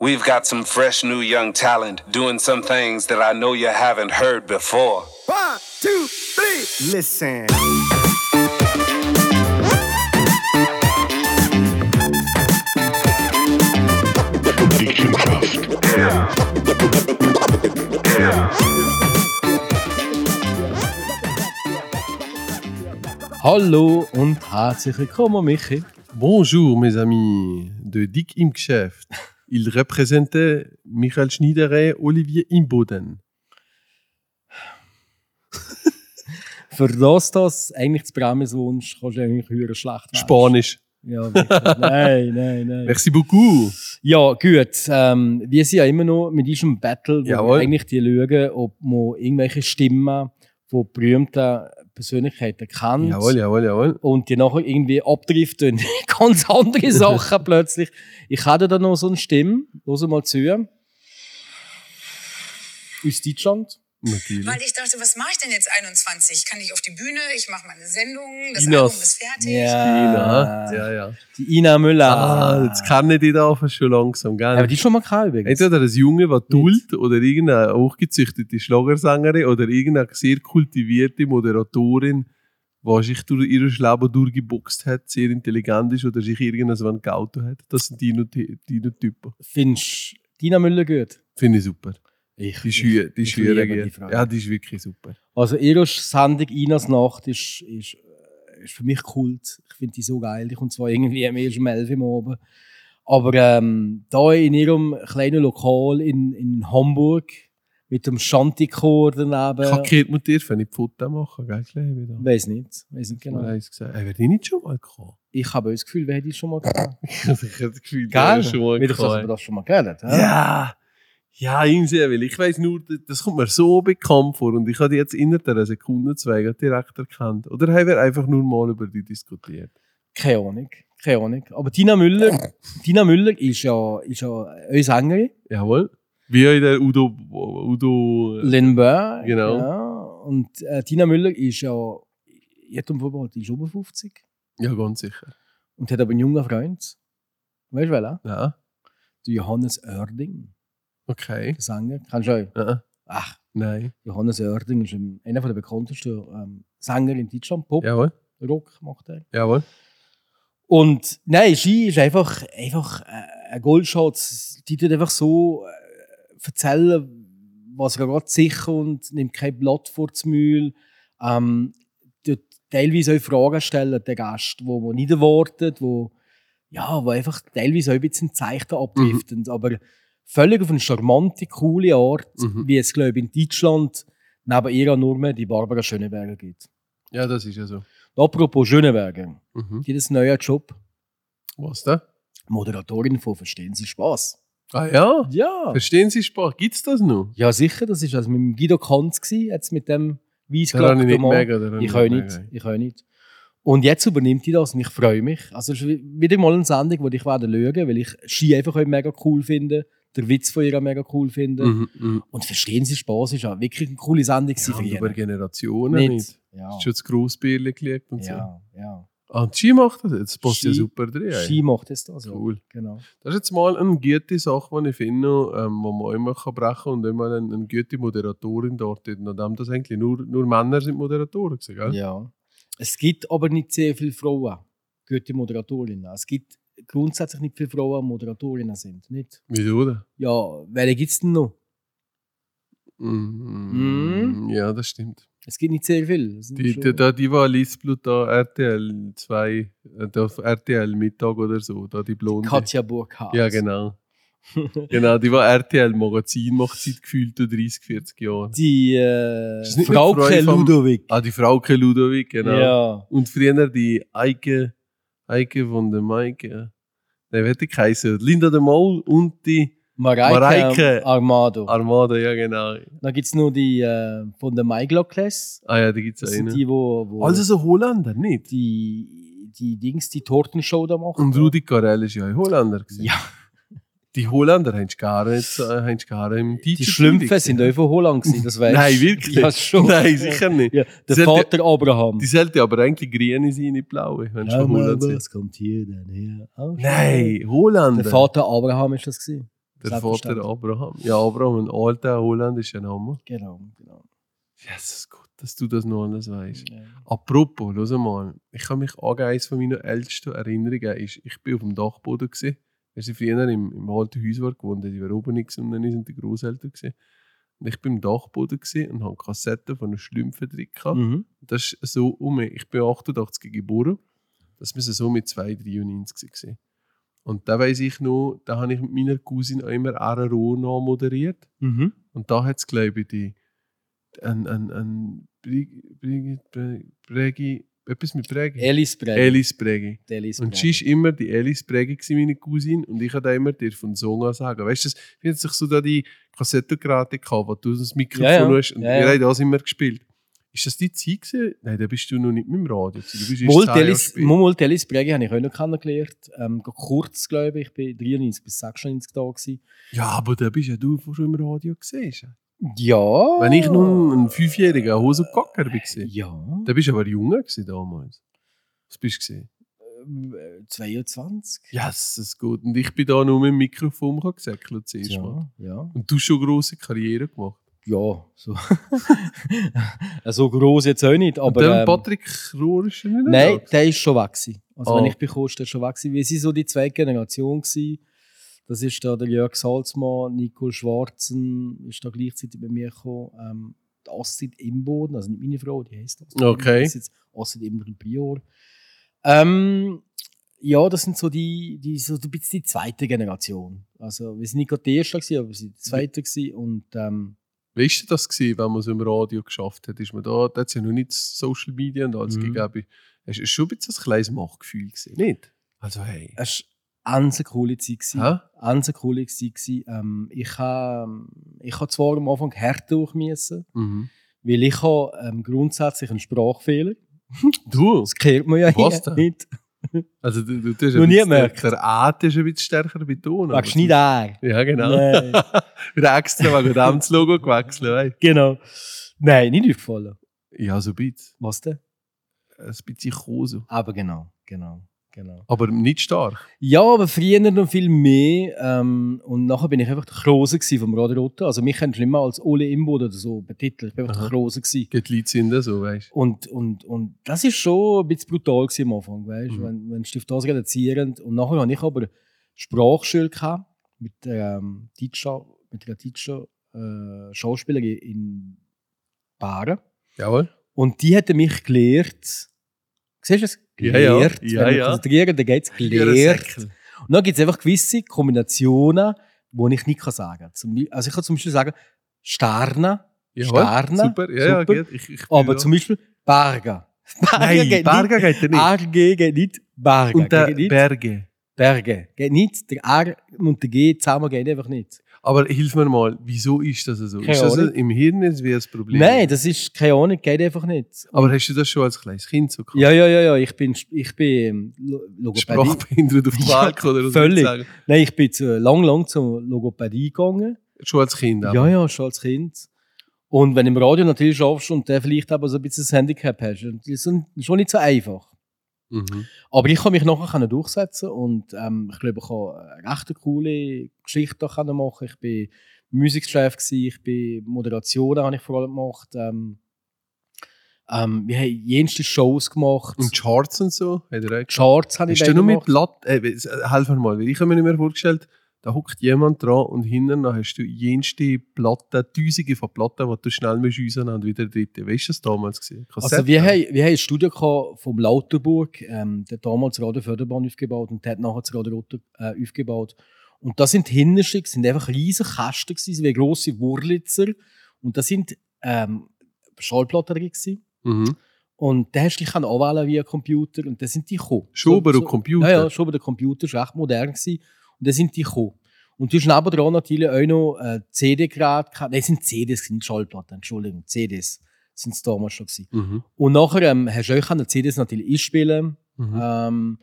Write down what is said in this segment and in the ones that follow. We've got some fresh new young talent doing some things that I know you haven't heard before. One, two, three. Listen. Hallo und herzlich willkommen, Michi. Bonjour mes amis de Dick im Geschäft. Il représentait Michael Schneider et Olivier Imboden. Für das, dass eigentlich das Bremes wohnst, kannst du eigentlich höher schlecht werden. Spanisch. Ja, wirklich. nein, nein, nein. Merci beaucoup. Ja, gut. Ähm, wir sind ja immer noch mit diesem Battle, wo wir Jawohl. eigentlich die schauen, ob man irgendwelche Stimmen von berühmten Persönlichkeiten kennt. Jawohl, jawohl, jawohl. und die nachher irgendwie abdriften in ganz andere Sachen plötzlich. Ich hatte da noch so eine Stimme, hör mal zu. Aus Deutschland. Natürlich. Weil ich dachte, was mache ich denn jetzt 21? Kann ich auf die Bühne, ich mache meine Sendung, das Inas. Album ist fertig. Ja. Ina. Ja, ja. Die Ina Müller. Ah, jetzt kenne ich die da einfach schon langsam, gell? Aber die ist schon mal gehabt übrigens. Entweder ein Junge, der dult, oder irgendeine hochgezüchtete Schlagersängerin, oder irgendeine sehr kultivierte Moderatorin, die sich durch ihr Leben durchgeboxt hat, sehr intelligent ist, oder sich irgendwann geoutet hat. Das sind die Typen. Findest du die Ina Müller gut? Finde ich super. Ich. Die Schüre, die ich Schüre. liebe die Frage. Ja, die ist wirklich super. Also ihre Sendung Inas Nacht ist, ist, äh, ist für mich Kult. Ich finde die so geil. Die kommt zwar irgendwie mehr um 11 Uhr am Abend. Aber ähm, da in ihrem kleinen Lokal in, in Hamburg mit dem Shantikor Ich daneben. habe gehört, mit dir wenn ich Foto machen, gell, Klebi? da. Weiß nicht. Weiß nicht genau. Mal eins gesagt. Ey, wird ich nicht schon mal gehabt? Ich habe das Gefühl, wir hätten die schon mal gehabt. Ich habe das Gefühl, der Geil. ist schon mal Wieder so, dass wir gehabt. das schon mal geredet haben. Ja, ja, irgendwie, weil ich weiß nur, das- das kommt mir so bekannt vor und ich habe die jetzt innerhalb einer Sekunde zwei gerade direkt erkannt. Oder haben wir einfach nur mal über die diskutiert? Keine Ahnung. Keine Ahnung. Aber Tina Müller, Tina Müller ist ja, ist ja eine Sängerin. Jawohl. Wie in der Udo, Udo Lindbergh. Genau. Ja. Und äh, Tina Müller ist ja, jetzt um Vorbehalt, die ist über 50 ja, ganz sicher. und hat aber einen jungen Freund. Weißt du welchen? Ja, Der Johannes Oerding, okay. der Sänger. Kannst du auch? Ja. Ach, Nein. Johannes Oerding ist ein- einer der bekanntesten ähm, Sänger in Deutschland. Pop, Jawohl. Rock macht er. Jawohl. Und nein, sie ist einfach, einfach äh, ein Goldschatz. Die tut einfach so äh, erzählen, was er gerade sicher und nimmt kein Blatt vor das Mühl. Ähm, tut teilweise auch Fragen stellen den Gästen, wo man nicht erwartet, wo ja, wo einfach teilweise auch ein bisschen Zeichen abdriften. Aber völlig auf eine charmante, coole Art, Mhm. wie es, glaube ich, in Deutschland neben ihrer Norme die Barbara Schöneberger gibt. Ja, das ist ja so. Apropos Schöneberger, Mhm. die hat einen neuen Job. Was da? Moderatorin von Verstehen Sie Spaß. Ah ja. Ja. Verstehen Sie Spaß? Gibt's das noch? Ja, sicher, das war also mit dem Guido Kanz, gewesen, jetzt mit dem Da habe ich nicht Weissglockten Mann. mega. da habe Ich kann mega. nicht, ich kann nicht. Und jetzt übernimmt die das und ich freue mich. Also es ist wi- wieder mal eine Sendung, die ich werde schauen, weil ich Ski einfach auch mega cool finde, der Witz von ihr auch mega cool finde. Mhm, mhm. Und Verstehen Sie Spaß ist auch wirklich eine coole Sendung Ja, gewesen und über für jeden. Generationen Nicht. nicht. Ja, Ist schon das Grossbierchen gelegt und so. ja, ja. Ah, und Ski macht das jetzt. Passt ja Ski- super drin. ey. Ski macht es das, ja. Cool. Genau. Das ist jetzt mal eine gute Sache, die ich finde, ähm, wo man immer kann brechen kann und immer eine, eine gute Moderatorin dort hat. Nachdem das eigentlich nur, nur Männer sind Moderatoren gewesen, gell? Ja. Es gibt aber nicht sehr viele Frauen, gute Moderatorinnen. Es gibt grundsätzlich nicht viele Frauen, die Moderatorinnen sind. Nicht? Wieso denn? Ja, welche gibt es denn noch? Mhm. Ja, das stimmt. Es gibt nicht sehr viele. Es sind Die, schon- die, die, die war Lisblut da RTL 2, äh, da auf RTL Mittag oder so, da die Blonde. Katja Burkhardt. Ja, genau. genau, die war RTL Magazin, macht seit gefühlt 30, 40 Jahren. Die äh, Ist das nicht Frauke die Frau vom- Ludowig. Ah, die Frauke Ludovic, genau. Ja. Und früher die Eike, Eike von der Maike. Nein, wie hat die geheißen? Linda de Mol und die Mareike, Mareike. Armado. Armada, ja genau. Dann gibt es noch die äh, von der Maiglockles. Ah ja, da gibt Das es sind einen. die, wo, wo Also so Holländer, nicht? die, die Dings, die Tortenshow da machen. Und Rudi Carell ist ja ein Holländer. gewesen. Ja. Die Holländer haben es gar nicht, äh, haben es gar nicht im Die Schlümpfe sind auch von Holland gewesen, das weißt Nein, wirklich? Ja, schon. Nein, sicher nicht. Ja, der Sie hat Vater Abraham. Die sollten aber eigentlich grüne sein, nicht blaue, wenn sie von Holland sind. kommt hier denn her? Nein, Der Holländer. Vater Abraham ist das gewesen. Der Selbstverständlich. Vater Abraham. Ja, Abraham, ein alter holländischer Name. Genau, genau. Jesus Gott, dass du das noch anders weißt. Ja. Apropos, hör mal, ich kann mich an eines von meiner ältesten Erinnerungen ist, ich bin auf dem Dachboden gewesen. Wir sind früher im, im alten Haus war gewohnt, die waren oben nichts und dann sind die Großeltern gewesen. Und ich bin im Dachboden gewesen und habe Kassetten von einer Schlümpfe drin gehabt. Mhm. Das ist so um. Ich bin 88 geboren. Das müssen so mit 293 gewesen. Und da weiß ich noch, da habe ich mit meiner Cousine auch immer RRO noch moderiert. Mhm. Und da hat es, glaube ich, die. Ein, ein, ein Brig- Brigit- Bre- Bregi. Etwas mit Bregi. Elis Bregi. Elis Bregi. Elis Und Bregi. sie war immer die Elis Bregi, gewesen, meine Cousine. Und ich habe immer dir von Songa sagen. Weißt du, das- wie hat sich so da die Kassettengeräte gehabt, wo du das Mikrofon Ja, ja. hast. Und Ja, wir ja. haben das immer gespielt. Ist das die Zeit gewesen? Nein, da bist du noch nicht mit dem Radio. gewesen. Du bist erst Mol zehn Jahre Telis, später. Mol Telis Bregi habe ich auch noch kennengelernt. Ähm, kurz, glaube ich. Ich bin 93 bis 96 da. Gewesen. Ja, aber da bist ja du vorher schon im Radio gesehen. Ja. Wenn ich nun ein Fünfjähriger Hose und Kacker war. Ja. Da bist du aber junger gewesen damals. Was bist du gesehen? Äh, 22. Jesus, gut. Und ich bin da nur mit dem Mikrofon gesäckelt zuerst mal. Ja. ja. Und du hast schon grosse Karriere gemacht. Ja, so. so groß jetzt auch nicht, Aber, aber. und dann ähm, Patrick Rohr ist schon nicht Nein, da. der ist schon weg. Gewesen. Also, Ah. wenn ich bekomme, ist der schon weg. Gewesen. Wir sind so die zweite Generation. Gewesen. Das ist da der Jörg Salzmann, Nico Schwarzen, ist da gleichzeitig bei mir gekommen. Ähm, die Astrid Imboden, also nicht meine Frau, die heißt Astrid. Okay. Imboden, die heisst jetzt Astrid Imboden Prior. Ähm, ja, das sind so die, die so ein bisschen die zweite Generation. Also, wir sind nicht gerade die erste, gewesen, aber wir sind die zweite. Gewesen. Und, ähm, Weißt du das gewesen, wenn man es im Radio geschafft hat? Ist man da, da hat es ja noch nicht Social Media und alles Mhm. gegeben. Es war schon ein bisschen ein kleines Machtgefühl. Gewesen, nicht? Also hey. Es war eine sehr coole Zeit. gewesen. Hä? Eine sehr coole Zeit. gewesen. Ähm, ich habe ich ha zwar am Anfang hart durch müssen, Mhm. weil ich ha, ähm, grundsätzlich einen Sprachfehler Du, Das kennt man ja Was hier denn? nicht. also du, du tust Noch nie bisschen- gemerkt. Der Ate ist ein bisschen stärker betont. aber Wagst nicht an. du- Ja, genau. Nein, Wieder extra wegen dem das Logo gewechselt. weißt genau. Nein, nicht aufgefallen. du? Ja, so ein bisschen. Was denn? ein bisschen Koso. Aber genau, genau, genau. Aber nicht stark. Ja, aber früher noch viel mehr. Ähm, und nachher bin ich einfach der Krose gewesen vom Raderotten. Also mich kennt schlimmer als Ole Imboden oder so betitelt. Ich bin einfach Aha. der Krose gewesen. Die Leute sind da so, weißt Und, und, und das ist schon ein bisschen brutal gewesen am Anfang, weißt du, Mhm. wenn, wenn Stift das reduzierend. Und nachher hatte ich aber Sprachschule gehabt mit der ähm, Teacher, mit der Teacher, äh, Schauspielerin in Baren. du? Jawohl. Und die hat mich gelehrt. Siehst du es? Ja, ja. Gelehrt. Ja, wenn wir ja. konzentrieren, dann geht es gelehrt. Und dann gibt es einfach gewisse Kombinationen, die ich nicht kann sagen kann. Zum, Beispiel- also ich kann zum Beispiel sagen, Sterne, Jawohl. Sterne, Super, ja, super. ja, geht. Ich, ich bin aber da. zum Beispiel Berge. Berge Nein, geht Berge geht er nicht. nicht. R geht nicht Berge. Und der geht nicht Berge. Berge. Geht nicht. Der R und der G zusammen geht einfach nicht. Aber hilf mir mal, wieso ist das so? Keine ist das Ahnung. im Hirn jetzt wie ein Problem? Nein, das ist keine Ahnung, geht einfach nicht. Aber hast du das schon als kleines Kind so gehabt? Ja, ja, ja, ja. Ich bin, ich bin ähm, Lo- Logopädie. Sprachbehindert auf die Ja, Welt oder was völlig. soll ich sagen? Nein, ich bin zu, lang, lang zur Logopädie gegangen. Schon als Kind. aber. Ja, ja, schon als Kind. Und wenn du im Radio natürlich schaffst und der vielleicht aber so ein bisschen ein Handicap hast, dann ist es schon nicht so einfach. Mhm. Aber ich kann mich nachher können durchsetzen und ähm, ich glaube, ich habe eine recht coole Geschichte da können machen. Ich bin Musikchef gsi, ich bin Moderationen habe ich vor allem gemacht. Ähm, ähm, wir haben jenste Shows gemacht. Und Charts und so? Hat er auch Charts habe ich Ist der dann nur mit gemacht. Blatt. Äh, we- äh, helf mir mal, weil ich habe mir nicht mehr vorgestellt, da hockt jemand dran und hinten dann hast du jenste Platten, Tausende von Platten, die du schnell musst rausen und wieder dritte. Weißt du das damals gesehen? Also wir haben, wir haben ein Studio gehabt vom Lauterburg, ähm, der hat damals Radio Förderbahn aufgebaut und der hat nachher das Radio Rotter äh, aufgebaut. Und das sind Hinderste, sind einfach riesige Kästen gewesen, wie grosse Wurlitzer. Und das sind ähm, Schallplatten drin gewesen. Mhm. Und dann hast du dich auch anwählen via Computer und dann sind die gekommen. Schober So- und so- Computer. Ja, ja, schon bei der Computer, ist recht modern gewesen. Und dann sind die gekommen. Und du hast nebenan natürlich auch noch äh, CD-Geräte gehabt. Nein, es sind CDs, es sind Schallplatten, Entschuldigung, CDs sind es damals schon gewesen. Mhm. Und nachher ähm, hast du auch können CDs natürlich einspielen Mhm. ähm,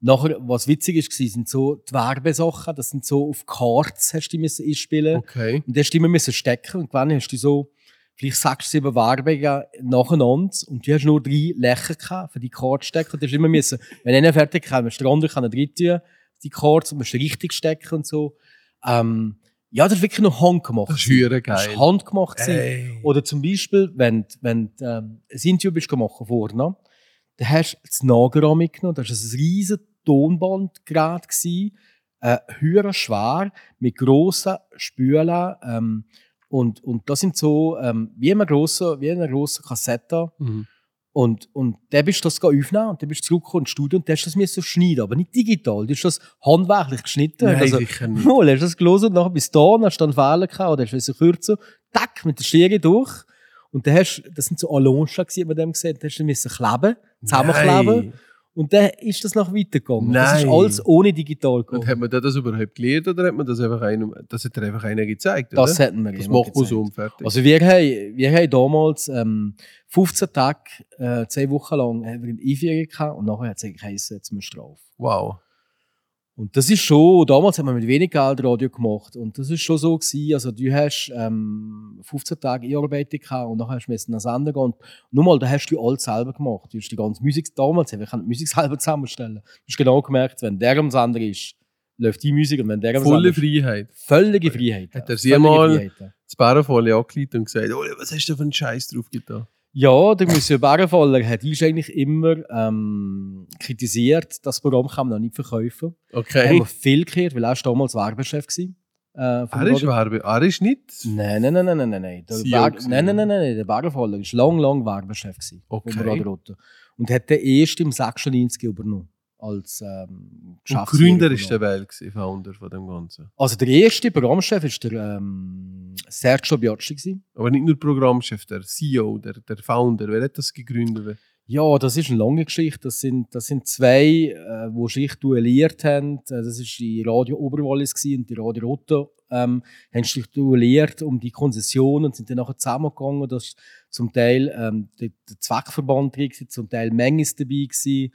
Nachher, was witzig ist, gewesen, sind so die Werbesachen, das sind so auf Cards hast du die müssen einspielen Okay. und dann hast du immer müssen stecken und dann hast du so vielleicht sechs, sieben Werbungen nacheinander und du hast nur drei Lächer gehabt für die Cards stecken und du hast immer müssen, wenn einer fertig kam, hast du den anderen können drei tun, die Cards und musst richtig stecken und so. Ähm, ja, das ist wirklich noch handgemacht. Das ist höher Das geil. ist handgemacht. gewesen. Ey. Oder zum Beispiel, wenn, du- wenn du ähm, ein Interview bist gemacht vorne, ne? dann hast du das Nagelrahmen mitgenommen. Das war ein riesiges Tonbandgerät, gewesen, äh, höher schwer, mit grossen Spülen. Ähm, und, und das sind so ähm, wie eine grosse, wie eine grosse Kassette. Mhm. Und, und dann bist du das aufgenommen und dann bist du zurückgekommen ins Studio und dann hast du das müssen schneiden aber nicht digital. Du hast das handwerklich geschnitten. Nein, also, sicher nicht. Mal, hast du das gelesen und nachher bis da, hast du dann Fehler gehabt oder hast du ein kürzer, tack, mit der Schere durch. Und dann hast das sind so Allonchen, die man dem gesehen dann hast du dann müssen kleben, zusammenkleben. Nein. Und dann ist das noch weitergegangen. Das ist Nein. alles ohne digital Und gegangen. hat man das überhaupt gelernt oder hat man das einfach einem, das hat dir einfach einer gezeigt? Das oder? hätten wir das jemand macht man gezeigt. so und fertig. Also wir haben, wir haben damals ähm, 15 Tage, äh, 10 Wochen lang haben wir eine Einführung gehabt und nachher hat es eigentlich geheißen, jetzt müssen wir drauf. wow. Und das ist schon, damals haben wir mit wenig Geld Radio gemacht. Und das ist schon so gewesen, also du hast ähm, 15 Tage Einarbeitung gehabt und nachher musst du nach Sender gehen. Und nur mal, da hast du alles selber gemacht. Du hast die ganze Musik, damals haben wir die Musik selber zusammenstellen. Du hast genau gemerkt, wenn der am Sender ist, läuft die Musik und wenn der am Sender Volle ist, Freiheit. völlige Freiheit. Hat er sie Völlige mal- Freiheit. Das Bärenfall hat angeleitet und gesagt, Oli, was hast du für einen Scheiß drauf getan? Ja, der Monsieur Bärenfaller hat uns eigentlich immer ähm, kritisiert, das Programm kann man noch nicht verkaufen. Da haben Okay. wir viel gehört, weil er ist damals Werbechef war. Äh, vom Er ist Radio- Werbe, er ist nicht. Nein, nein, nein, nein, nein, nein, nein. Der CEO Berg, gewesen, nein, nein, oder? nein, nein, der Bergerfaller war lang, lang Werbechef gewesen Okay. von Radrotten. Und hat den erst im 96 übernommen als ähm, Und Geschäftsführer. Gründer von ist der Welt, gewesen, Founder von dem Ganzen. Also der erste Programmchef war der ähm, Sergio Biocci. Gewesen. Aber nicht nur Programmchef, der CEO, der, der Founder. Wer hat das gegründet? Ja, das ist eine lange Geschichte. Das sind, das sind zwei, äh, die sich duelliert haben. Äh, Das war die Radio Oberwallis gewesen und die Radio Rotten. Ähm, haben sich duelliert um die Konzession und sind dann nachher zusammengegangen. Das ist zum Teil ähm, der, der Zweckverband drin, gewesen, zum Teil Menges dabei. Gewesen.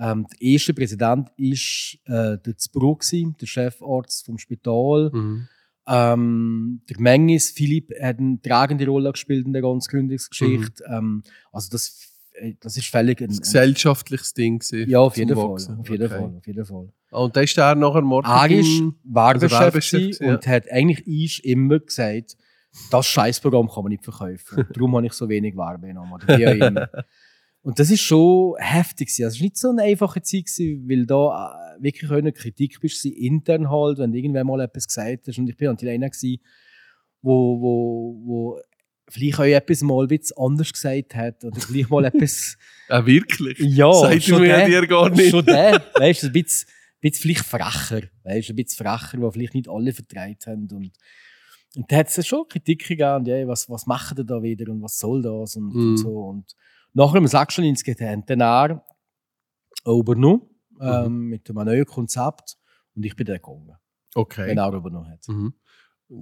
Ähm, der erste Präsident war äh, der Zbro, gewesen, der Chefarzt vom Spital. Mhm. Ähm, der Mengis, Philipp, hat eine tragende Rolle gespielt in der ganzen Gründungsgeschichte. Ähm, also das, äh, das ist völlig ein... Mhm. Das gesellschaftliches Ding. gewesen, ja, auf zum jeden, Fall, Wachsen. auf jeden Okay. Fall. Auf jeden Fall. Ah, Und da ist der nachher Marketing. Er ist Werbechef Werbechef gewesen gewesen, ja. und hat eigentlich ich immer gesagt, das Scheißprogramm kann man nicht verkaufen. Und Darum habe ich so wenig Werbe genommen. Oder wie auch immer. Und das ist schon heftig. gewesen. Also Es war nicht so eine einfache Zeit, gewesen, weil da äh, wirklich auch eine Kritik bist, intern halt, wenn du irgendwann mal etwas gesagt hast. Und ich bin natürlich einer, gewesen, wo, wo, wo vielleicht auch etwas mal etwas anders gesagt hat oder vielleicht mal etwas. Ah, wirklich? Ja, Sagt er schon mir der- dir gar nicht. Schon der, weißt du, ein bisschen, bisschen vielleicht frecher, weißt du, ein bisschen frecher, wo vielleicht nicht alle vertreibt haben. Und, und da hat es schon Kritik gegeben, und, ja, was, was machen die da wieder und was soll das und, Mhm. und so. Und nachher im Sachsenlinsket haben dann er übernommen Mhm. ähm, mit einem neuen Konzept und ich bin dann gegangen, Okay. wenn er übernommen hat. Mhm.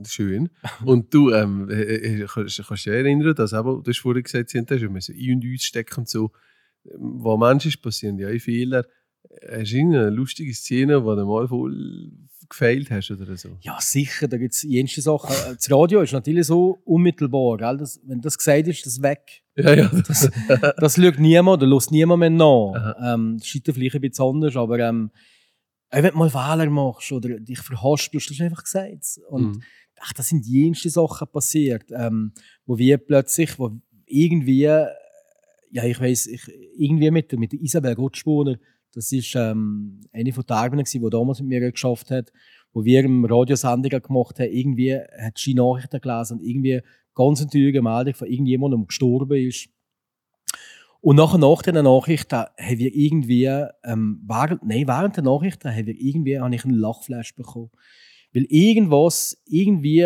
Schön. Und du ähm, äh, äh, kannst, kannst dich erinnern, dass eben, du hast vorhin gesagt hast, du musst ein und uns stecken und so. Ähm, Wo Menschen passieren, ja, in Fehler. Hast du irgendeine lustige Szene, wo du mal voll gefeilt hast oder so? Ja, sicher, da gibt es jenste Sachen. Äh, Das Radio ist natürlich so unmittelbar, gell? Das, wenn das gesagt ist, das weg. Ja, ja. Das, das schaut niemand oder lässt niemand mehr nach. Aha. Ähm, das scheint vielleicht ein bisschen anders, aber ähm, auch wenn du mal Fehler machst oder dich verhaspelst, das ist einfach gesagt. Und Mhm. ach, das sind jenste Sachen passiert, ähm, wo wir plötzlich, wo irgendwie, äh, ja, ich weiß, ich, irgendwie mit, der- mit der Isabel Gottschwoner, das ist ähm, eine von den Arbeit, die damals mit mir geschafft hat, wo wir im Radiosender gemacht haben, irgendwie hat sie Nachrichten gelesen und irgendwie ganz natürlich eine Meldung von irgendjemandem, der gestorben ist. Und nachher nach den Nachrichten haben wir irgendwie, ähm, während, nein, während der Nachrichten haben wir irgendwie, habe ich einen Lachflash bekommen. Weil irgendwas, irgendwie,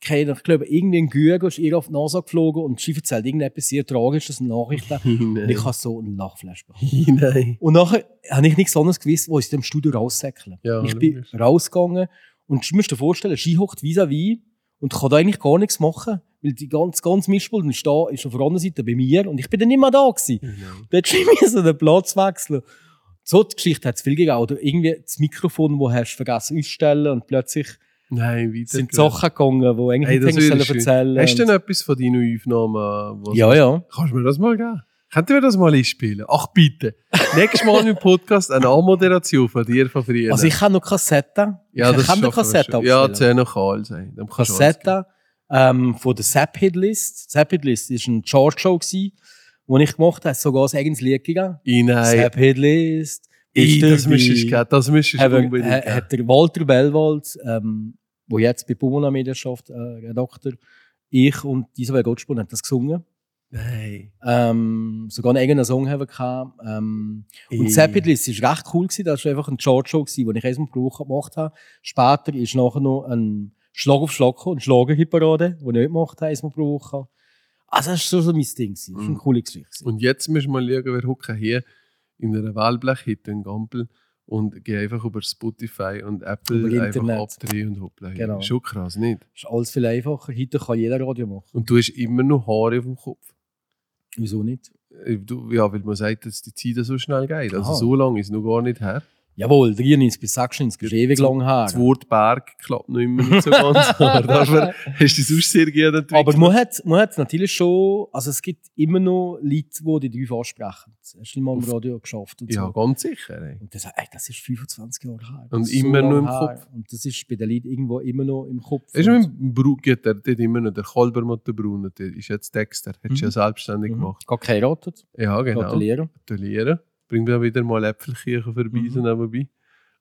keine, Ahnung, ich glaube, irgendwie ein Gürger ist ihr auf die Nase geflogen und sie erzählt irgendetwas sehr Tragisches in den Nachrichten. Und ich Nein. habe so einen Lachflash bekommen. Nein. Und nachher habe ich nichts anderes gewusst, wo aus dem Studio raussäckeln. Ja, ich bin logisch. rausgegangen und du musst dir vorstellen, sie hockt vis-à-vis und kann da eigentlich gar nichts machen, weil die ganz, ganz Mischpult ist da, ist auf der anderen Seite bei mir und ich bin dann nicht mehr da gewesen. genau. Dann musste ich müssen den Platz wechseln. So die Geschichte hat es viel gegeben. Oder irgendwie das Mikrofon, das hast du vergessen auszustellen und plötzlich Nein, weiter. sind Sachen gegangen, die eigentlich Hey, hey, das nicht hättest wäre sollen schön. erzählen Hast du denn etwas von deinen Aufnahmen? was- Ja, ja. Kannst du mir das mal geben? Könnten wir das mal einspielen? Ach bitte. Nächstes Mal im Podcast eine Anmoderation von dir von früher. Also ich habe noch Kassetten. ja, ich das kann schaffen wir noch Kassetten schon. Ja, abspielen. zäh noch Karl sein. Dann kannst du alles Kassetten ähm, von der Zaphead List. Zaphead List war ein Chartshow, die ich gemacht habe. Es ist sogar ein eigenes Lied gegangen. geben. Nein, Zaphead List. Ey, das müsstest du müsstest geben, das müsstest du Eben, unbedingt äh, geben. hat der Walter Bellwald, ähm, wo jetzt bei Pumona Medienschaft äh, Redakteur, ich und Isabel Gottspun haben das gesungen. Nein. Ähm, sogar einen eigenen Song haben wir gehabt. Ähm, Ey. und Zeppelin war recht cool. Gewesen. Das war einfach ein Chartshow, den ich erstmal Gebrauch gemacht habe. Später ist nachher noch ein Schlag auf Schlag gekommen, eine Schlagerhitparade, die ich nicht gemacht habe, erstmal Gebrauch gehabt. Also das war so mein Ding. gewesen. Das war eine Mhm. coole Geschichte. Und jetzt müssen wir mal schauen, wir hocken hier in einer Wellblechhütte in Gampel und gehen einfach über Spotify und Apple Über einfach Internet. abdrehen und hoppla. hier. Genau. Schon krass, nicht? Das ist alles viel einfacher. Heute kann jeder Radio machen. Und du hast immer noch Haare auf dem Kopf. Wieso nicht? Äh, Du, ja, weil man sagt, dass die Zeit so schnell geht. Also Aha. so lange ist es noch gar nicht her. Jawohl, 93 bis 96 ist ewig lang her. Das Wort Berg klappt noch immer nicht so ganz. aber dafür hast du es auch sehr gerne entwickelt. Aber man hat, man hat natürlich schon, also es gibt immer noch Leute, die die drauf ansprechen. Das hast du nicht mal im Auf- Radio geschafft. Und ja, so. ganz sicher. Ey. Und das, ey, das ist 25 Jahre her. Und Das ist immer lange noch im her. Kopf. Und das ist bei den Leuten irgendwo immer noch im Kopf. Weißt du, Und- mein Bruder geht der, der immer noch, der Kolbermutter Brunnen, der ist jetzt Texter, hat sich ja Mhm. selbstständig Mhm. gemacht. Gar geheiratet, Ja, genau. gratuliere. gratulieren. Bringt mir auch wieder mal Äpfelkirchen vorbei, Mhm. so nebenbei.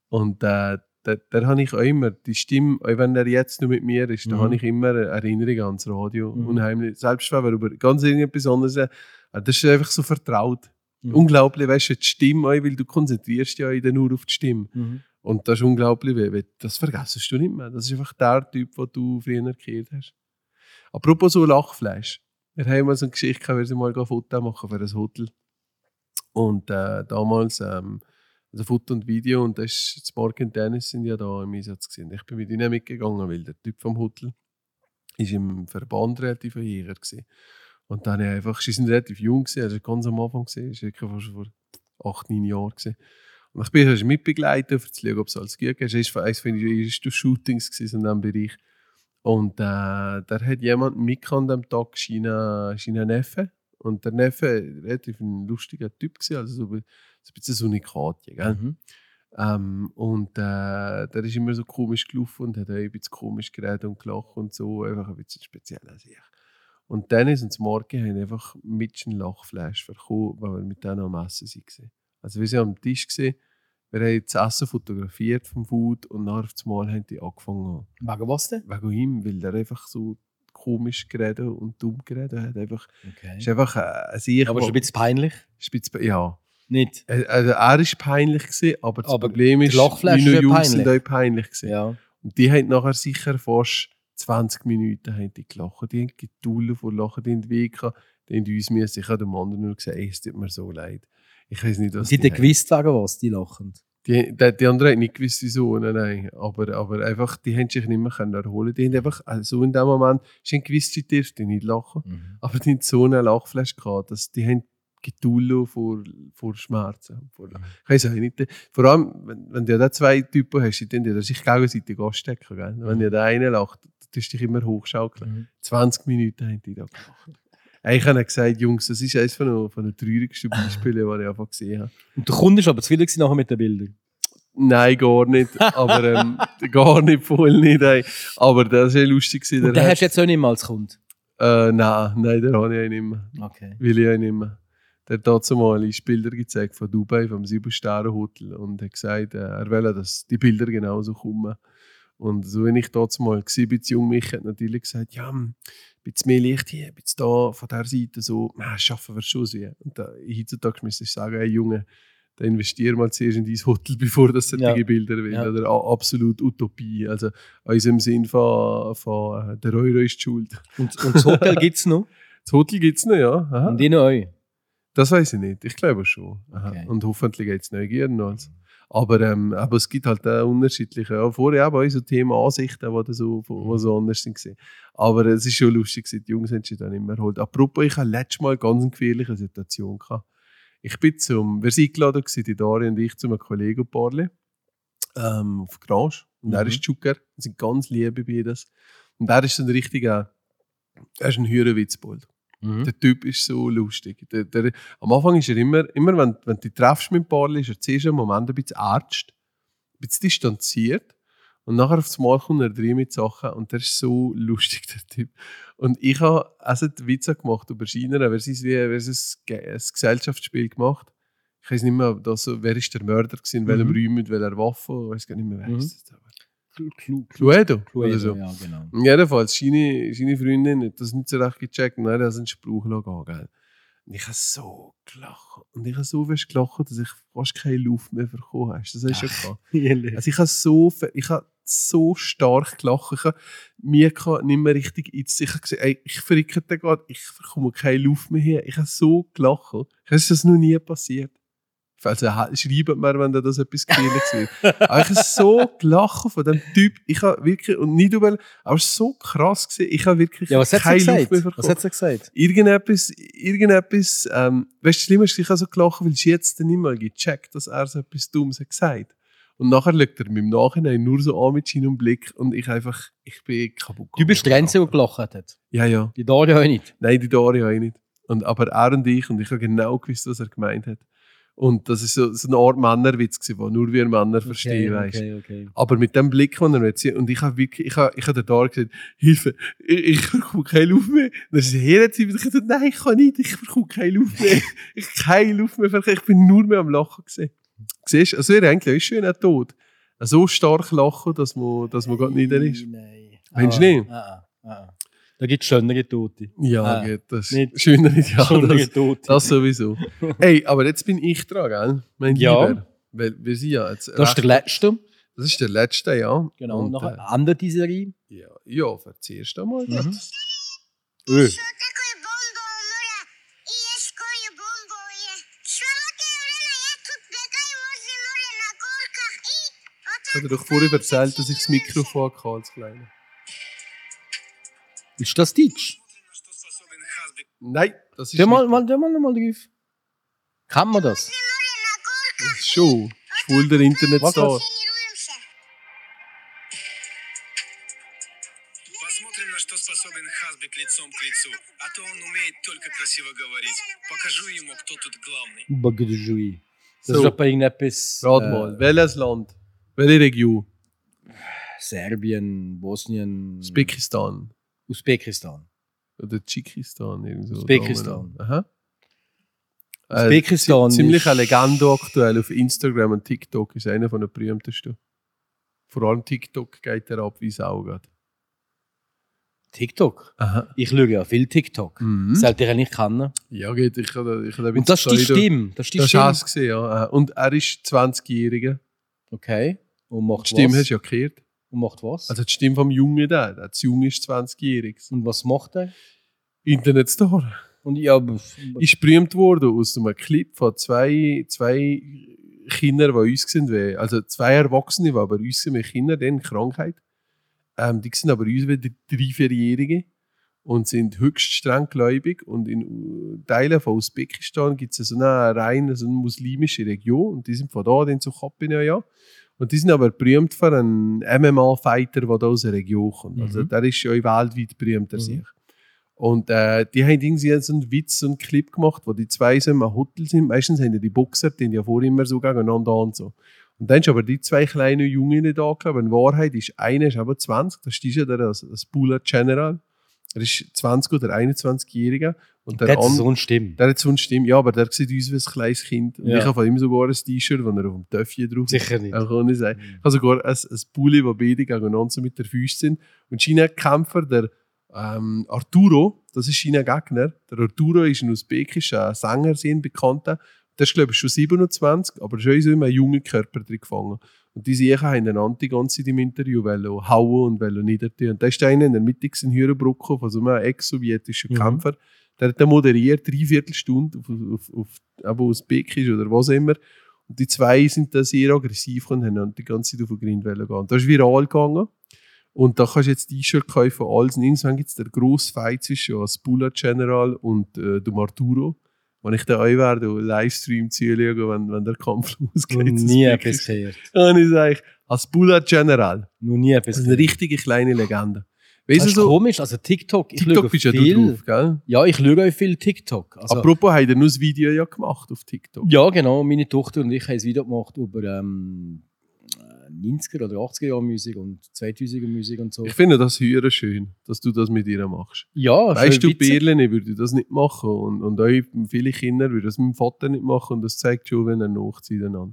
Und äh, da, da habe ich auch immer die Stimme, auch wenn er jetzt nur mit mir ist, da Mhm. habe ich immer eine Erinnerung ans Radio. Mhm. Unheimlich. Selbst wenn wir über ganz irgendetwas anderes reden, äh, das ist einfach so vertraut. Mhm. Unglaublich, weißt du, die Stimme, auch, weil du konzentrierst ja dann nur auf die Stimme. Mhm. Und das ist unglaublich, weil weil das vergessest du nicht mehr. Das ist einfach der Typ, den du früher erkannt hast. Apropos so Lachfleisch. Wir haben mal so eine Geschichte, gehabt, wir sind mal ein Foto machen für ein Hotel. Und äh, damals, ähm, also Foto und Video, und das ist das Mark und Dennis sind ja da im Einsatz gewesen. Ich bin mit ihnen mitgegangen, weil der Typ vom Hotel ist im Verband relativ ein Jäger gewesen. Und dann habe ich einfach, sie sind relativ jung gewesen, also ganz am Anfang gewesen, ist wirklich fast vor acht, neun Jahren gewesen. Und ich bin also mitbegleitet, um zu schauen, ob es alles gut geht. Es war eines von den ersten Shootings gewesen in diesem Bereich. Und äh, da hat jemand mitgekommen an diesem Tag, seinen seinen Neffe. Und der Neffe war relativ ein lustiger Typ, gewesen, also so, ein- so ein bisschen so eine Karte, gell? Mhm. Ähm, und äh, der ist immer so komisch gelaufen und hat auch ein bisschen komisch geredet und gelacht und so, einfach ein bisschen speziell an sich. Und Dennis und das Morgen haben einfach mit einem Lachfleisch bekommen, weil wir mit denen am Essen waren. Also wir waren am Tisch, gewesen, wir haben das Essen fotografiert vom Food und nach dem Mal haben die angefangen. Wegen was denn? Wegen ihm, weil der einfach so komisch geredet und dumm geredet hat. Einfach, Okay. ist einfach äh, ein Sieg. Aber es ist ein bisschen peinlich. bisschen... Ja. Nicht? Äh, Also er war peinlich, gewesen, aber das Aber Problem ist, der Lachflash meine ist ja Jungs peinlich. sind auch peinlich. Gewesen. Ja. Und die haben nachher sicher fast 20 Minuten haben die gelacht. Die haben Geduld vor Lachen, die haben weh gehabt. Die haben uns müssen. Ich habe dem anderen nur gesagt, ey, es tut mir so leid. Ich weiß nicht, was Sie die haben haben. gewusst, wegen was die lachen. Die, die, die anderen haben nicht gewusst, wieso, nein, nein. Aber, aber einfach, die haben sich nicht mehr können erholen Die haben einfach, also in dem Moment, sie haben gewusst, sie dürfen nicht lachen. Aber die hatten so eine Lachfläche gehabt, dass die haben Geduld vor, vor Schmerzen. Vor, Ich weiß auch nicht. Vor allem, wenn, wenn du ja da zwei Typen hast, die dann sich gegenseitig anstecken. Gell? Wenn ja der eine lacht, du tust dich immer hochschaukeln. Mhm. 20 Minuten haben die da gemacht. Ich habe gesagt, Jungs, das ist eines von den, von den traurigsten Beispielen, die ich einfach gesehen habe. Und der Kunde war aber zu viel gewesen nachher mit den Bildern. Nein, gar nicht. Aber ähm, gar nicht, voll nicht. Ey. Aber das war lustig. gewesen. Und den Der hat, hast du jetzt auch nicht mehr als Kunde. äh, nein, nein, den habe ich auch nicht mehr. Okay. Will ich auch nicht mehr. Der hat dazu mal uns Bilder gezeigt von Dubai, vom Sieben-Sterne-Hotel und hat gesagt, äh, er will, dass die Bilder genauso kommen. Und so wenn ich dazu mal war, bin jung, mich hat natürlich gesagt, ja, hm, ein bisschen mehr Licht hier, ein bisschen da, von der Seite so, na, schaffen wir schon so. Und da, heutzutage müsste ich sagen, hey Junge, da investier mal zuerst in dein Hotel, bevor das solche Ja. Bilder will. Ja. Oder a- absolut Utopie. Also in unserem Sinn von, von äh, der Euro ist die schuld. Und, und das Hotel gibt es noch. Das Hotel gibt es noch, ja. Aha. Und ich noch euch. Das weiß ich nicht. Ich glaube schon. Aha. Okay. Und hoffentlich geht es Neugieren uns. Also. Aber, ähm, aber es gibt halt auch unterschiedliche. Ja, vorher eben auch so Thema Ansichten, die da so, Mhm. wo so anders sind. gewesen. Aber es ist schon lustig, gewesen. die Jungs haben sich dann immer geholt. Apropos, ich hatte letztes Mal eine ganz eine gefährliche Situation. Gehabt. Ich bin zum, wir sind eingeladen, gewesen, die Dari und ich, zu einem Kollegen-Parle ähm, auf Grange. Und er Mhm. ist Zucker. Wir sind ganz liebe bei das. Und er ist so ein richtiger, er ist ein Hürenwitzbold. Mhm. Der Typ ist so lustig. Der, der, am Anfang ist er immer, immer wenn, wenn du dich treffst mit Barley, ist er zuerst im Moment ein bisschen ernst, ein bisschen distanziert. Und nachher aufs Mal kommt er drin mit Sachen und der ist so lustig, der Typ. Und ich habe also die Witze gemacht über China, versus, wie, versus Ge- ein Gesellschaftsspiel gemacht. Ich weiß nicht mehr, ob das, so- wer ist der Mörder gewesen, in welchem Raum, mit welcher Waffe, ich weiß gar nicht mehr, wer Mhm. ist das. Clu- Clu- Cluedo, Cluedo, oder so. ja, genau. Jedenfalls, seine, seine Freundin hat das nicht so recht gecheckt und er hat einen Spruch lassen, gell. Und ich habe so gelacht. Und ich habe so fest gelacht, dass ich fast keine Luft mehr bekommen habe. Das hast du schon gehabt. Also ich habe so, fe- ich habe so stark gelacht. Ich habe mir kann nicht mehr richtig ins... Ich habe gesehen, ey, ich verricke den gerade, ich bekomme keine Luft mehr her. Ich habe so gelacht. Es ist das noch nie passiert. Also ha- schreibt mir, wenn da das etwas gefährliches wird. Aber ich habe so gelacht von dem Typ. Ich habe wirklich, und nicht über, aber es war so krass gewesen. Ich habe wirklich Ja, was hat sie keine Luft gesagt? mehr Was bekommen. hat sie gesagt? Irgendetwas, irgendetwas, ähm, weißt du, das Schlimme ist, ich habe so gelacht, weil sie jetzt dann nicht mal gecheckt, dass er so etwas Dummes hat gesagt. Und nachher schaut er mir im Nachhinein nur so an mit seinem Blick und ich einfach, ich bin kaputt. Du bist die gegangen. Grenze, die gelacht hat. Ja, ja. Die Daria auch nicht. Nein, die Daria auch nicht. Und, aber er und ich, und ich habe genau gewusst, was er gemeint hat. Und das ist so, so eine Art Männerwitz, gewesen, wo nur wir Männer verstehen, okay, weißt du. okay, okay. Aber mit dem Blick, den er jetzt sieht, und ich habe wirklich, ich habe, ich habe den Dark gesagt, Hilfe, ich, ich bekomme keine Luft mehr. Und dann ist er hergezogen und ich gesagt, nein, ich kann nicht, ich bekomme keine Luft mehr. ich habe keine Luft mehr, ich bin nur mehr am Lachen gesehen. Siehst du, also er eigentlich ist schön auch tot. So stark lachen, dass man, dass man gerade nieder ist. Nein. Meinst du Ah, nicht? ah, ah, ah. Da gibt es schönere Tote. Ja, Ah, geht, das nicht- ist schöner Ideal. schönere Das, Tote. das äh, sowieso. Ey, aber jetzt bin ich dran, gell? Mein Ja. Lieber. Weil wir sind ja jetzt. das ist der letzte. das ist der letzte, ja. Genau. Und, nachher äh, endet die Serie. ja, ja, für das erste Mal. Mhm. Öh. Ich habe dir doch vorher erzählt, dass ich das Mikrofon hatte als Kleiner. Ist das Deutsch? Nein, das ist Tu mal, nicht- mal, tu mal nochmal drauf. Kann man das? Das ist schon. Das ist voll der Internetstar. Посмотрим, на что способен Хазбик лицом к лицу. А то он умеет только красиво говорить. Покажу ему, кто тут главный. Bagdjui. Das So. ist Äh. etwa irgendetwas. Rat mal, welches Land? Welche Region? Hm. Äh, Serbien, Bosnien, Usbekistan. Usbekistan. Oder Tschikistan. irgend so. Usbekistan. Aha. Äh, Usbekistan. zi- ziemlich ist- eine Legende aktuell auf Instagram und TikTok ist einer von den berühmtesten. Vor allem TikTok geht er ab wie Sau. grad. TikTok. Aha. Ich schaue ja viel TikTok. Mhm. Das sollte ich ja nicht kennen. Ja, geht. Ich habe ich habe ein Und das ist die Pseudo- Stimme. Das ist die Das Stimme. hast du gesehen, ja. Äh, Und er ist 20-Jähriger. Okay. Und macht Die Stimme was? hast du ja gehört. Und macht was? Also die Stimme vom Jungen da, der zu jung ist, 20-jährig. Und was macht er? Internetstar. Und ja, b- Ist berühmt worden aus einem Clip von zwei, zwei Kindern, die uns sind, wie- also zwei Erwachsene, die bei uns sind, wie Kinder, denen Krankheit. Ähm, die sind aber uns wie die drei, vierjährige und sind höchst streng gläubig. Und in äh, Teilen von Usbekistan gibt es so eine rein so eine muslimische Region und die sind von da, den zu Kapina, ja. Und die sind aber berühmt für einen MMA-Fighter, der da aus der Region kommt. Also Mhm. der ist ja weltweit berühmt, der Mhm. sich. Und äh, die haben irgendwie so einen Witz und einen Clip gemacht, wo die zwei so im Hotel sind. Meistens haben ja die Boxer, die haben ja vorher immer so gegeneinander an und so. Und dann ist aber die zwei kleinen Jungen nicht angekommen. Aber in Wahrheit ist einer ist aber 20, das ist ja der, das, das Bullet General. Er ist 20 oder 21-Jähriger. Und der, der hat andere- so eine Stimme. der hat so eine Stimme, ja, aber der sieht uns wie ein kleines Kind. Und Ja. ich habe von ihm sogar ein T-Shirt, wo er auf dem Töffchen drauf ist. Sicher nicht. Mhm. Er kann nicht sein. Ich habe sogar ein, ein Pulli, wo beide gegeneinander so mit der Füße sind. Und china Kämpfer, der ähm, Arturo, das ist china Gegner. Der Arturo ist ein usbekischer Sänger, sehr ein bekannter. Der ist, glaube ich, schon 27, aber schon in so einem jungen Körper drin gefangen. Und diese Ehe haben einander die ganze Zeit im Interview wollen hauen und wollen niedertun. Und da ist einer in der Mitte in Hürenbrücken von so einem ex-sowjetischen Mhm. Kämpfer. Der hat dann moderiert, dreiviertel Stunde auf, auf, auf, auf Usbekisch oder was auch immer. Und die zwei sind da sehr aggressiv und haben dann die ganze Zeit auf den Grind wollen gehen. Das ist viral gegangen. Und da kannst du jetzt T-Shirt kaufen von alles. Und irgendwann gibt es den grossen Fight zwischen Aspula General und äh, dem Arturo. Wenn ich da euch werde, und Livestream zuschauen, wenn, wenn der Kampf losgeht. Noch Das ist nie wirklich- etwas gehört. Und ich sage, Aspula General. Noch nie Das etwas ist eine gehört. richtige kleine Legende. Also Weißt Das du ist so, komisch. Also TikTok, ich TikTok schaue bist ja du viel. drauf, gell? ja, ich schaue auch viel TikTok. Also, Apropos, habt ihr nur das Video ja gemacht auf TikTok? ja, genau. Meine Tochter und ich haben ein Video gemacht über ähm, 90er oder 80er Jahre Musik und 2000er Musik und so. Ich finde das höher schön, dass du das mit ihr machst. Ja, weißt Ah, schön du, witzig. Birlen, ich würde das nicht machen und, und euch, viele Kinder würden das mit dem Vater nicht machen und das zeigt schon, wenn er nachzieht. einander.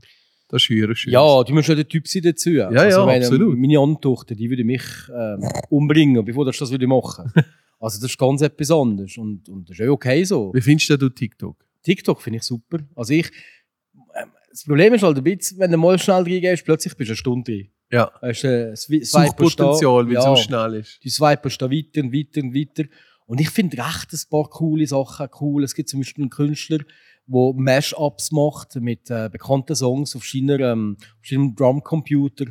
Das ist höher schön. Ja, du musst ja der Typ sein dazu. Ja, ja, absolut. Meine Antochter, die würde mich ähm, umbringen, bevor ich das würde machen. Also das ist ganz etwas anderes und, und das ist auch okay so. Wie findest du denn du TikTok? TikTok finde ich super. Also ich, ähm, das Problem ist halt ein bisschen, wenn du mal schnell reingehst, plötzlich bist du eine Stunde drin. Ja. Hast, äh, Swi- swipest da- Suchtpotenzial, weil es ja, so schnell ist. Du swipest da weiter und weiter und weiter. Und ich finde recht ein paar coole Sachen cool. Es gibt zum Beispiel einen Künstler, der Mashups macht mit äh, bekannten Songs auf seiner, ähm, auf seinem Drumcomputer.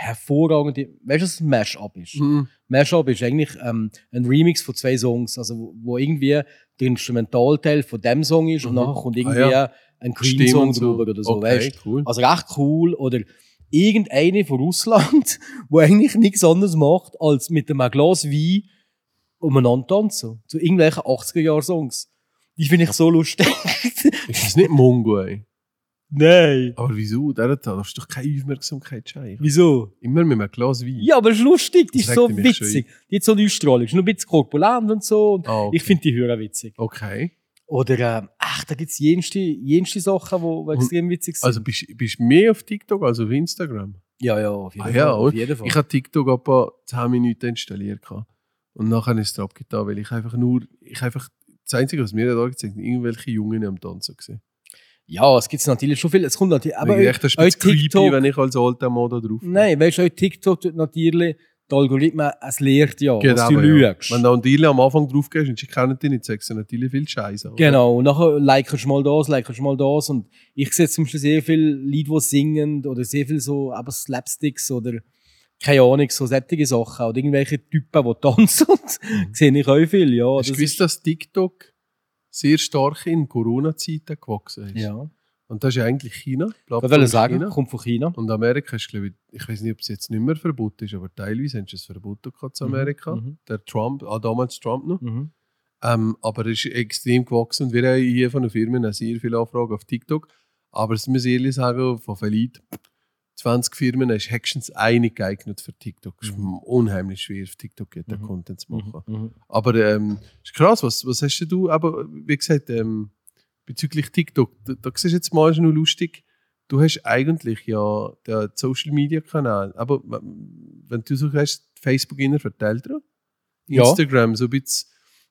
Hervorragend. Weißt du, was ein Mashup ist? Mhm. Mashup ist eigentlich ähm, ein Remix von zwei Songs, also wo, wo irgendwie der Instrumentalteil von dem Song ist und Mhm. nachher kommt irgendwie Ah, ein Stimmen Cream-Song und so. drüber oder so, okay, weißt du? cool. Also recht cool oder irgendeine von Russland, wo eigentlich nichts anderes macht, als mit einem Glas Wein umeinander tanzen. Zu irgendwelchen 80er-Jahr-Songs. Die finde ich so lustig. Also- Ist das nicht Mongo, ey? Nein. Aber wieso? Der hat da hast du doch keine Aufmerksamkeit, Scheiße. Wieso? Immer mit einem Glas Wein. Ja, aber es ist lustig, die ist Das so regt mich schon witzig. Die hat so eine Ausstrahlung, ist noch ein bisschen korpulent und so. Und Ah, okay. Ich finde die Hörer witzig. okay. Oder, ähm, ach, da gibt es jenste, jenste Sachen, die extrem witzig sind. Also bist du mehr auf TikTok als auf Instagram? ja, ja, auf jeden Ah, Fall. ja, auf oder? jeden Fall. Ich habe TikTok etwa 10 Minuten installiert. gehabt. Und nachher ist es abgetan, weil ich einfach nur. Ich einfach, das Einzige, was mir da gezeigt hat, irgendwelche Jungen am Tanzen gesehen. ja, es gibt natürlich schon viel. Es kommt natürlich, aber Aber ich echt, das ist ein auch bisschen creepy, TikTok. wenn ich als alter Mann da drauf bin. Nein, weißt du, auch TikTok tut natürlich, die Algorithmen, es lehrt ja, Geht was aber, du Genau, ja. lügst. Wenn du an die am Anfang drauf gehst und sie kennen dich nicht, sagst du natürlich viel Scheiße. Genau, und nachher likest du mal das, likest du mal das. Und ich sehe zum Beispiel sehr viele Leute, die singen oder sehr viel so aber Slapsticks oder keine Ahnung, so sättige Sachen oder irgendwelche Typen, die tanzen. sehe ich auch viel, ja. Mhm. Hast du das gewusst, dass TikTok sehr stark in Corona-Zeiten gewachsen ist? ist- ja. Und das ist ja eigentlich China. Ich Plattform wollte sagen, China. kommt von China. Und Amerika ist, glaube ich, ich weiß nicht, ob es jetzt nicht mehr verboten ist, aber teilweise haben sie es verboten gehabt zu Mhm, Amerika. mhm. Der Trump, ah, damals Trump noch. Mhm. Ähm, aber es ist extrem gewachsen. Und wir haben hier von den Firmen auch sehr viele Anfragen auf TikTok. Aber es muss ich ehrlich sagen, von vielleicht 20 Firmen ist höchstens eine geeignet für TikTok. Es ist unheimlich schwer, auf TikTok jeden Mhm. Content zu machen. Mhm. Aber ähm, ist krass, was, was hast denn du, aber wie gesagt, ähm, bezüglich TikTok, da, da siehst du jetzt mal schon noch lustig, du hast eigentlich ja den Social Media Kanal, aber w- wenn du so hast, Facebook inner verteilt drauf, Ja. Instagram so ein bisschen,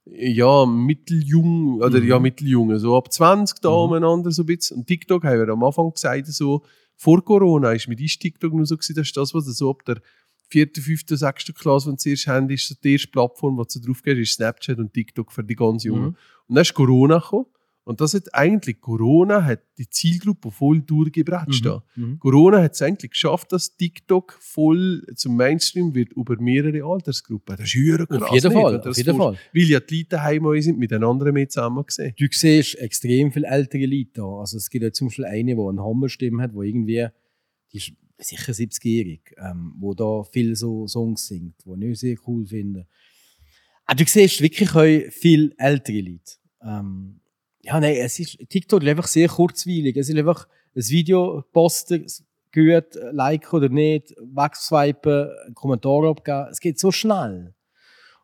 ja, mitteljung, oder Mhm. ja, mitteljung, so ab 20 da Mhm. umeinander so ein bisschen. Und TikTok haben wir am Anfang gesagt, so vor Corona ist mit ist TikTok nur so gewesen, das ist das, was du so ab der vierten, fünften, sechsten Klasse, wenn du zuerst Handy ist, so die erste Plattform, wo du drauf gehst, ist Snapchat und TikTok für die ganz Jungen. Mhm. Und dann ist Corona gekommen und das hat eigentlich, Corona hat die Zielgruppe voll durchgebratscht. da. Mhm. Corona hat es eigentlich geschafft, dass TikTok voll zum Mainstream wird über mehrere Altersgruppen. Das ist höher krass. Auf jeden nicht, Fall, wenn du auf das jeden vorstellst. Fall. Weil ja die Leute daheim sind, mit den anderen mehr zusammen gesehen. Du siehst extrem viele ältere Leute da. Also es gibt ja zum Beispiel eine, die eine Hammerstimme hat, die irgendwie, die ist sicher 70-jährig, ähm, wo da viel so Songs singt, die ich sehr cool finde. Aber du siehst wirklich auch viele ältere Leute. Ähm, ja, nein, es ist, TikTok ist einfach sehr kurzweilig. Es ist einfach ein Video, passt dir, gut, äh, liken oder nicht, wegswipen, einen Kommentar abgeben. Es geht so schnell.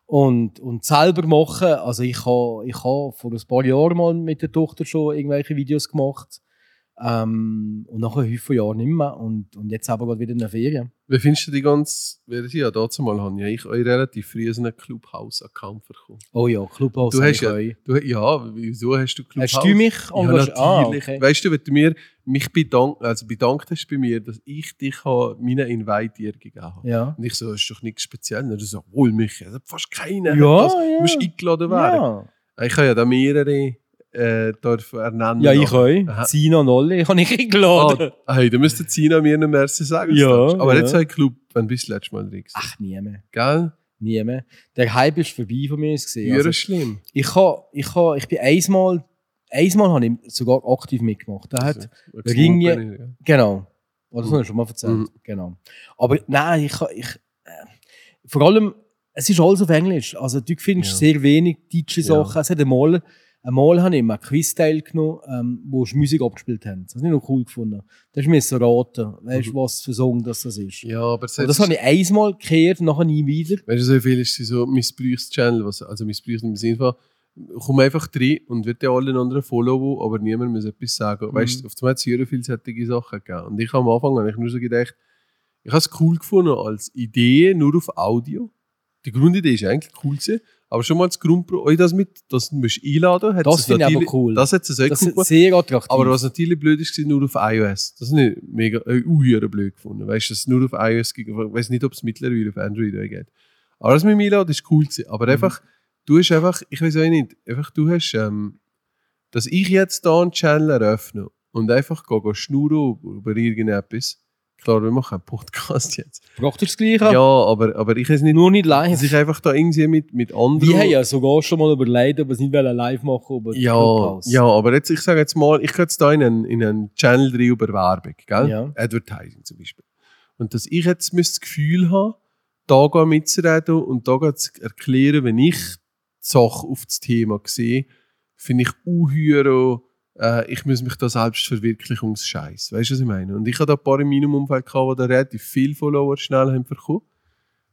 Und, und selber machen, also ich habe ich ha vor ein paar Jahren mal mit der Tochter schon irgendwelche Videos gemacht. Ähm, und nachher häufig Jahren nicht mehr. Und, und jetzt aber gerade wieder in der Ferien. Wie findest du die ganze Version? Ja, dazu mal habe ja ich euch relativ früh so einen Clubhouse-Account bekommen. Oh ja, Clubhouse. Du habe hast ich ja- auch. Du, ja, wieso hast du Clubhouse? Hast du mich Ja, engagiert? natürlich. ah, okay. Weißt du, wenn du mir, mich bedank, also bedankt hast bei mir, dass ich dich habe, meinen Invite dir gegeben habe. Ja. Und ich so, das ist doch nichts Spezielles. Und er so, wohl mich, es hat fast keiner. Ja, das, ja. Du musst eingeladen werden. Ja. Ich habe ja da mehrere äh, dürfen ernennen. ja, ich Aha. auch. Zina und Olli habe ich eingeladen. Ah, hey, da müsste Zina mir noch Merci sagen. Ja, sagst du. Aber ja. jetzt habe ich Club, wenn bist du letztes Mal drin gewesen? Ach, also nie mehr. Gell? Nie mehr. Der Hype ist vorbei von mir. aus gesehen. Ja, Also, schlimm. ich, ha, ich, ha, ich bin einmal, einmal habe ich sogar aktiv mitgemacht. Da hat, So, da ging ja. ja- Genau. Oh, das habe Mhm. Genau. ich schon mal erzählt. Mhm. Genau. Aber nein, ich, ich äh, vor allem es ist alles auf Englisch. Also du findest sehr wenig deutsche Sachen. Es hat einmal, einmal habe ich mal Quiz teilgenommen, ähm, wo sie Musik abgespielt haben. Das habe ich noch cool gefunden. Da hast du müssen raten, weißt, du, was für Song das, das ist. Mhm. Ja, aber es Und das habe ich einmal gehört, nachher nie wieder. Weißt du, so viel ist sie so Missbrauchschannel, was, also Missbrauch im Sinne von, komm einfach rein und wird ja allen anderen followen, aber niemand muss etwas sagen. Mhm. Weißt du, auf dem hat es sehr viele solche Sachen gegeben. Und ich habe am Anfang habe ich nur so gedacht, ich habe es cool gefunden als Idee, nur auf Audio. Die Grundidee ist eigentlich cool gewesen, aber schon mal das Grundpro, euch das mit, dass du musst einladen hat Das es finde ich aber natürlich- cool. Das hat es sehr Das cool ist gemacht. sehr attraktiv. Aber was natürlich blöd ist, war nur auf iOS. Das habe ich mega äh, unheuer blöd gefunden. Weißt du, dass es nur auf iOS ging. Ich weiß nicht, ob es mittlerweile auf Android auch geht. Aber das mit Milan, das ist cool. Gewesen. Mhm. Aber einfach, du hast einfach, ich weiß auch nicht, einfach du hast, ähm, dass ich jetzt da einen Channel eröffne und einfach gehe, gehe schnurren über irgendetwas. Klar, wir machen einen Podcast jetzt. braucht ihr das Gleiche? Ja, aber, aber ich weiß nicht, Nur nicht live. dass ich einfach da irgendwie mit, mit anderen. Wir haben ja sogar schon mal überlegt, ob wir es nicht live machen wollen. aber Ja, Clubhouse. ja, aber jetzt, ich sage jetzt mal, ich gehe jetzt da in einen, in einen Channel rein über Werbung, gell? Ja. Advertising zum Beispiel. Und dass ich jetzt müsste das Gefühl habe, da gehe mitzureden und da gehe zu erklären, wenn ich die Sache auf das Thema sehe, finde ich unheuer, äh, ich muss mich da selbst Weißt du, was ich meine? Und ich hatte da ein paar in meinem Umfeld, gehabt, die da relativ viele Follower schnell haben bekommen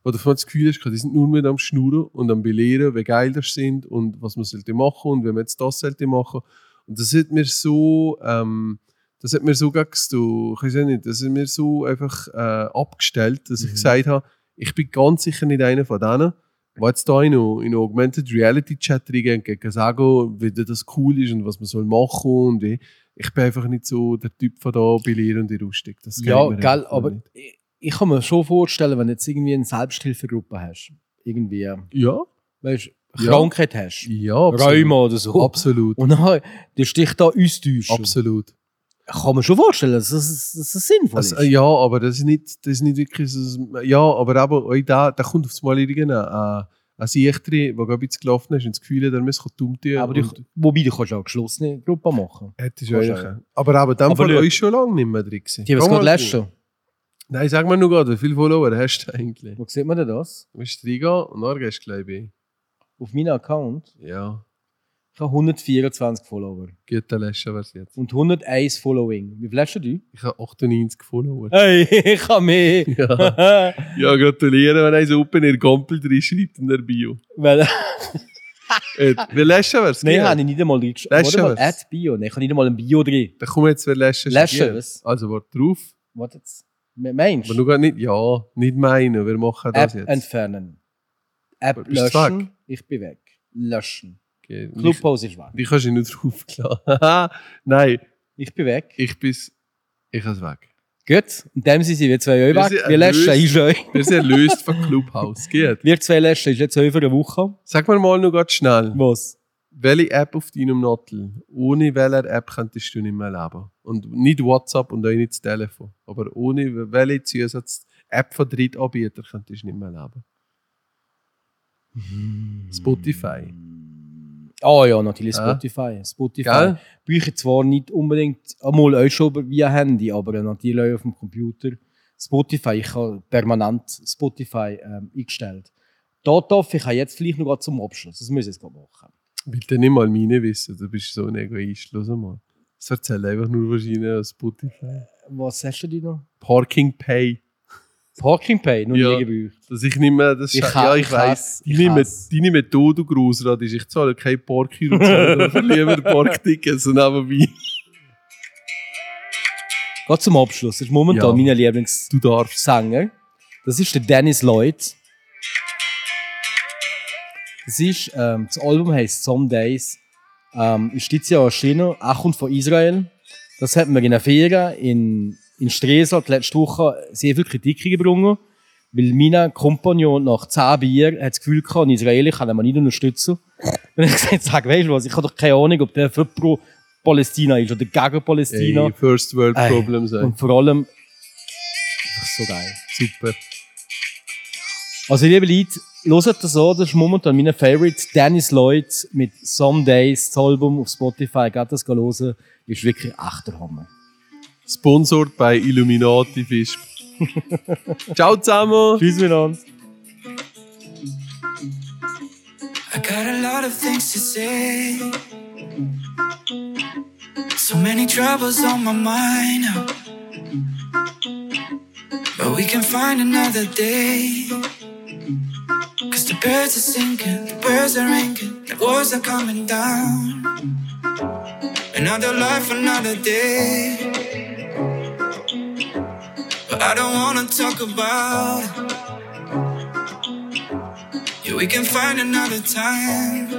wo du vorhin das Gefühl hast, die sind nur mit am Schnurren und am Belehren, wie geil das sind und was man sollte machen und wie man jetzt das sollte machen. Und das hat mir so, ähm, das hat mir so gegst, du, ich weiß auch nicht, das hat mir so einfach äh, abgestellt, dass Mhm. ich gesagt habe, ich bin ganz sicher nicht einer von denen, die jetzt da in einen in einen Augmented Reality Chat reingehen und sagen, wie das cool ist und was man soll machen und wie. Ich bin einfach nicht so der Typ von da belehren und rustig. Das geht Ja, mir geil, einfach aber nicht. ich, ich kann mir schon vorstellen, wenn du jetzt irgendwie eine Selbsthilfegruppe hast, irgendwie, Ja, weißt du, Ja. Krankheit hast, ja, absolut. Rheuma oder so. Absolut. Und dann tust du dich da austäuschen. Absolut. Kann man schon vorstellen, dass das, dass das sinnvoll Also, ist. äh, ja, aber das ist nicht, das ist nicht wirklich so. Ja, aber eben, auch da, da kommt aufs Mal irgendein äh, ein Sichter, der gerade jetzt gelaufen ist, und das Gefühl, hat, er muss dumm tun. aber du, und- wobei, du kannst auch eine geschlossene Gruppe machen. Hättest du kannst eigentlich- auch. Aber eben, in dem Aber Fall schau. ist schon lange nicht mehr drin. gewesen. Die haben es Komm gerade mal- letzte. Nein, sag mir nur gerade, wie viele Follower hast du eigentlich? Wo sieht man denn das? Du musst reingehen und dann gehst du gleich bei. Auf meinem Account. Ja, Ich habe 124 Follower gute Lesche wäre es jetzt. und 101 Following. Wie viel hast du? Ich habe 98 Follower. Hey, ich habe mehr. Ja, ja gratuliere, wenn er so oben in der Gompel drin schreibt in der Bio. Weil, Äh, Wie Lesche wäre es? nein, habe ich nicht einmal reingeschrieben. Warte Lässt du mal, was? Ad Bio. Nein, ich habe nicht einmal ein Bio drin. Da kommen jetzt wieder Läschen. Läschen, studieren. was? Also, warte drauf. Warte jetzt. Me- Meinst Aber du gar nicht, ja, nicht meinen, wir machen das App jetzt. entfernen. App Aber bist du löschen. Ich bin weg. Löschen. Okay. Ich, Clubhouse ist weg. die kannst du nicht draufklagen. Nein, Ich bin weg. ich bin's. Ich habe es weg. Gut. In dem sind wir zwei euch Wir weg. sind Wir löschen erlöst. ist euch. Wir sind erlöst von Clubhouse. Geht. Wir zwei löschen ist jetzt euch für eine Woche. Sag mir mal noch ganz schnell, Was? welche App auf deinem Nottel? Ohne welche App könntest du nicht mehr leben? Und nicht WhatsApp und auch nicht das Telefon. Aber ohne welche Zusatz-App von Drittanbietern könntest du nicht mehr leben? Spotify. Ah ja, natürlich Ja. Spotify. Spotify. Gell? Bücher zwar nicht unbedingt, einmal euch schon über- via Handy, aber natürlich auch auf dem Computer. Spotify, ich habe permanent Spotify ähm, eingestellt. Da darf ich auch jetzt vielleicht noch grad zum Abschluss. Das müssen wir jetzt gerade machen. will dann nicht mal meine wissen, du bist so ein Egoist, los mal. Das erzählt einfach nur wahrscheinlich auf Spotify. Was hast du denn noch? Parking Pay. Parking Pay, noch Ja. nie gebraucht. Dass ich nicht mehr das Ich scha- ha- Ja, ich ich hasse- weiss. ich Deine, Me- hasse. deine Methode, Grossrat, ist, ich zahle kein Parkhyro, ich zahle lieber Parktickets und nebenbei. Gerade zum Abschluss. Das ist momentan Ja. mein Lieblings. Du darfst. Sänger. Das ist der Dennis Lloyd. Das ist, ähm, das Album heißt Some Days. Ähm, ist dieses Jahr erschienen. Auch kommt von Israel. Das hat mir in der Ferien in, in Stresa die letzte Woche sehr viel Kritik gebrungen. Weil mein Kompagnon nach 10 Bier hat das Gefühl gehabt, ein Israeli kann man nicht unterstützen. Und ich gesagt, sag, weißt du was, ich habe doch keine Ahnung, ob der für pro Palästina ist oder gegen Palästina. Ey, First World Ey, Problem sein. Und vor allem, einfach so geil. Super. Also, liebe Leute, hört das an, das ist momentan mein Favorite. Dennis Lloyd mit Some Days, das Album auf Spotify, geht das hören. Ist wirklich echt der Hammer. Sponsored bei Illuminati Fisch. Ciao zusammen. Tschüss miteinander. I got a lot of things to say. So many troubles on my mind. But we can find another day. Cause the birds are singing, the birds are ringing, the walls are coming down. Another life, another day. But I don't wanna talk about it. Yeah, we can find another time.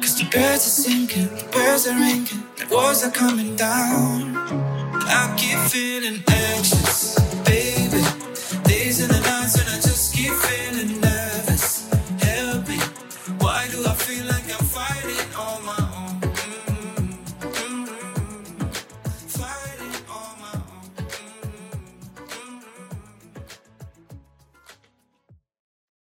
Cause the birds are singing, the birds are ringing, the walls are coming down. I keep feeling anxious, baby. These are the nights when I just keep feeling Mm-hmm.